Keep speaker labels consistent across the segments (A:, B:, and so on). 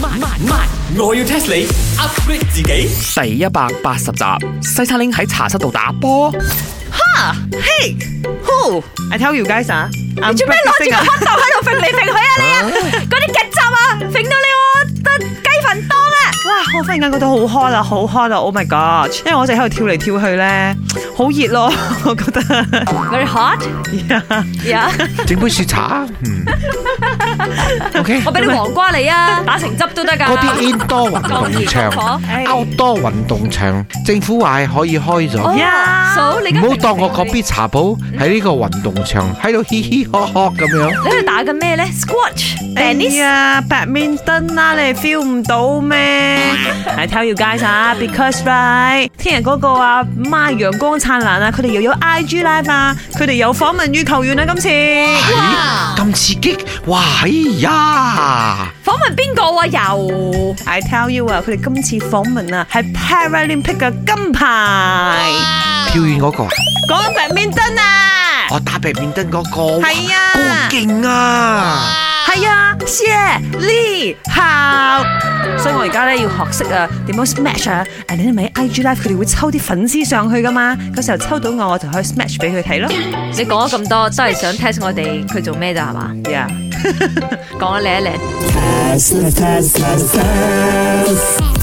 A: 慢慢慢，我要 test 你 upgrade 自己。
B: 第一百八十集，西餐拎喺茶室度打波。
C: 哈嘿，who
D: I tell you guys 啊，
C: 你做咩攞住個 hot dog 喺度揈嚟揈去啊你啊！嗰啲劇集啊，揈到你我得雞粉當啊！
D: 哇！我忽然間覺得好 hot 啊，好 hot 啊！Oh my god！因為我一直喺度跳嚟跳去咧，好熱咯， 我覺得。
C: Very hot 呀！
B: 整杯雪茶，嗯，OK。
C: 我俾你黃瓜 你啊，打成汁都得㗎。
B: 嗰啲 indoor 運動場
D: 哎
B: ，outdoor 運動場，政府話係可以開咗。
D: 呀
C: 嫂，你
B: Oh 唔好當我嗰邊茶鋪喺呢個運動場喺度嘻嘻呵呵咁樣。
C: 你喺度打緊咩咧？Squash、
D: 哎
C: tennis
D: 呀，badminton 啦，你哋 feel 唔到咩？I tell you guys 啊，because right，聽日嗰個啊，媽陽光燦爛啊，佢哋又有 IG live 啊，佢哋有訪問羽球員啊，今次。
B: 咦，哎咁刺激！哇，哎呀，
C: 訪問邊個啊？又
D: I tell you 啊，佢哋今次訪問啊，係 Paralympic 嘅金牌，
B: 跳遠嗰個，
D: 講緊 badminton 啊。
B: 我打壁面燈嗰個，
D: 係啊
B: 哇好勁啊！
D: 系啊，謝呢效，所以我而家咧要學識啊點樣 smash 啊！誒，你咪 IG Live 佢哋會抽啲粉絲上去噶嘛，嗰時候抽到我，我就可以 smash 俾佢睇咯。
C: 你講咗咁多，都係想 test 我哋佢做咩咋係嘛？
D: 呀、
C: 講啊，嚟一 嚟。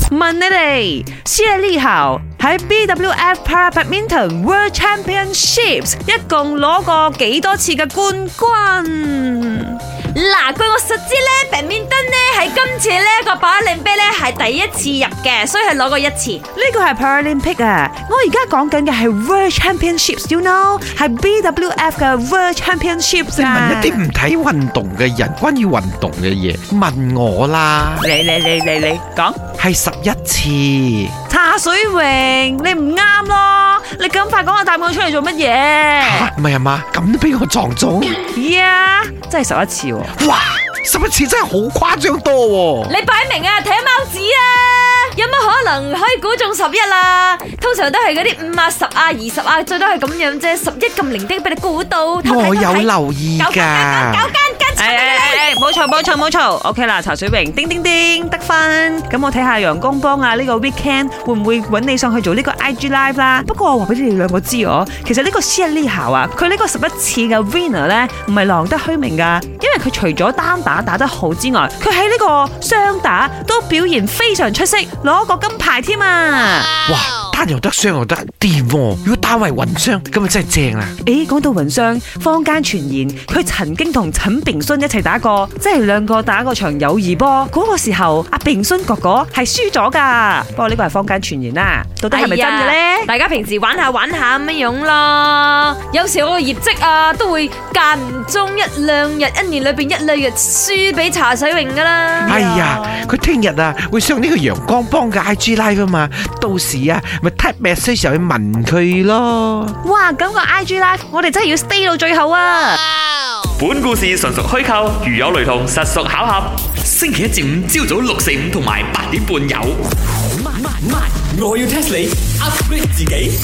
D: 問你哋謝呢效喺 BWF Para Badminton World Championships 一共攞過幾多次嘅冠軍？
C: 嗱，據我所知咧，白面燈咧喺今次呢個把令杯咧係第一次入嘅，所以係攞過一次。
D: 呢個係 Paralympic 啊！我而家講緊嘅係 World Championships，you know 係 BWF 嘅 World Championships 啊！
B: 問一啲唔睇運動嘅人，關於運動嘅嘢，問我啦，
D: 嚟嚟嚟嚟嚟，講
B: 係十一次。
D: 茶水榮，你唔啱咯！你咁快講個答案出嚟做乜嘢？
B: 嚇唔係啊嘛，咁都俾我撞中，
D: 呀，真係十一次喎！
B: 哇！十一次真係好誇張多喎、
C: 你擺明啊，睇貓子啊，有乜可能可以估中十一啦？通常都係嗰啲五啊、十啊、二十啊，最多係咁樣啫。十一咁零丁俾你估到，偷睇
B: 我有
C: 偷睇
B: 留意
C: 搞
B: 㗎
C: 奸，搞奸
D: 哎
C: 奸，
D: 哎哎哎冇錯冇錯冇錯，OK 啦，茶水榮，叮叮叮得分。咁我睇下陽光幫啊，呢個 weekend 會唔會揾你上去做呢個 IG live 啦？不過我話俾你哋兩個知哦，其實呢個 s h i r l e y 校啊，佢呢個十一次嘅 winner 咧，唔係浪得虛名㗎，因為佢除咗單打打得好之外，佢喺呢個雙打都表現非常出色，攞個金牌添啊！
B: 哇！單又得，雙又得，掂喎！如果單為混雙，咁啊真係正啦。
D: 誒，講到雲商，坊間傳言佢曾經同陳炳順一齊打過，即係兩個打過場友誼波。嗰、個時候，阿炳順哥哥係輸咗㗎。不過呢個係坊間傳言啦，到底係咪真嘅
C: 哎呀
D: 呢？
C: 大家平時玩下玩下咁樣樣咯。有時我個業績啊，都會間唔中一兩日，一年裏邊一兩日輸俾茶水榮㗎啦。
B: 哎呀，佢聽日啊會上呢個陽光幫嘅 IG live 啊嘛，到時啊咪 type message 就去問佢咯。
D: 哇！咁、個 IG live 我哋真係要 stay 到最後啊！
A: 本故事純屬虛構，如有雷同，實屬巧合。星期一至五朝早六四五同埋八點半有。慢慢慢，我要 test 你 upgrade 自己。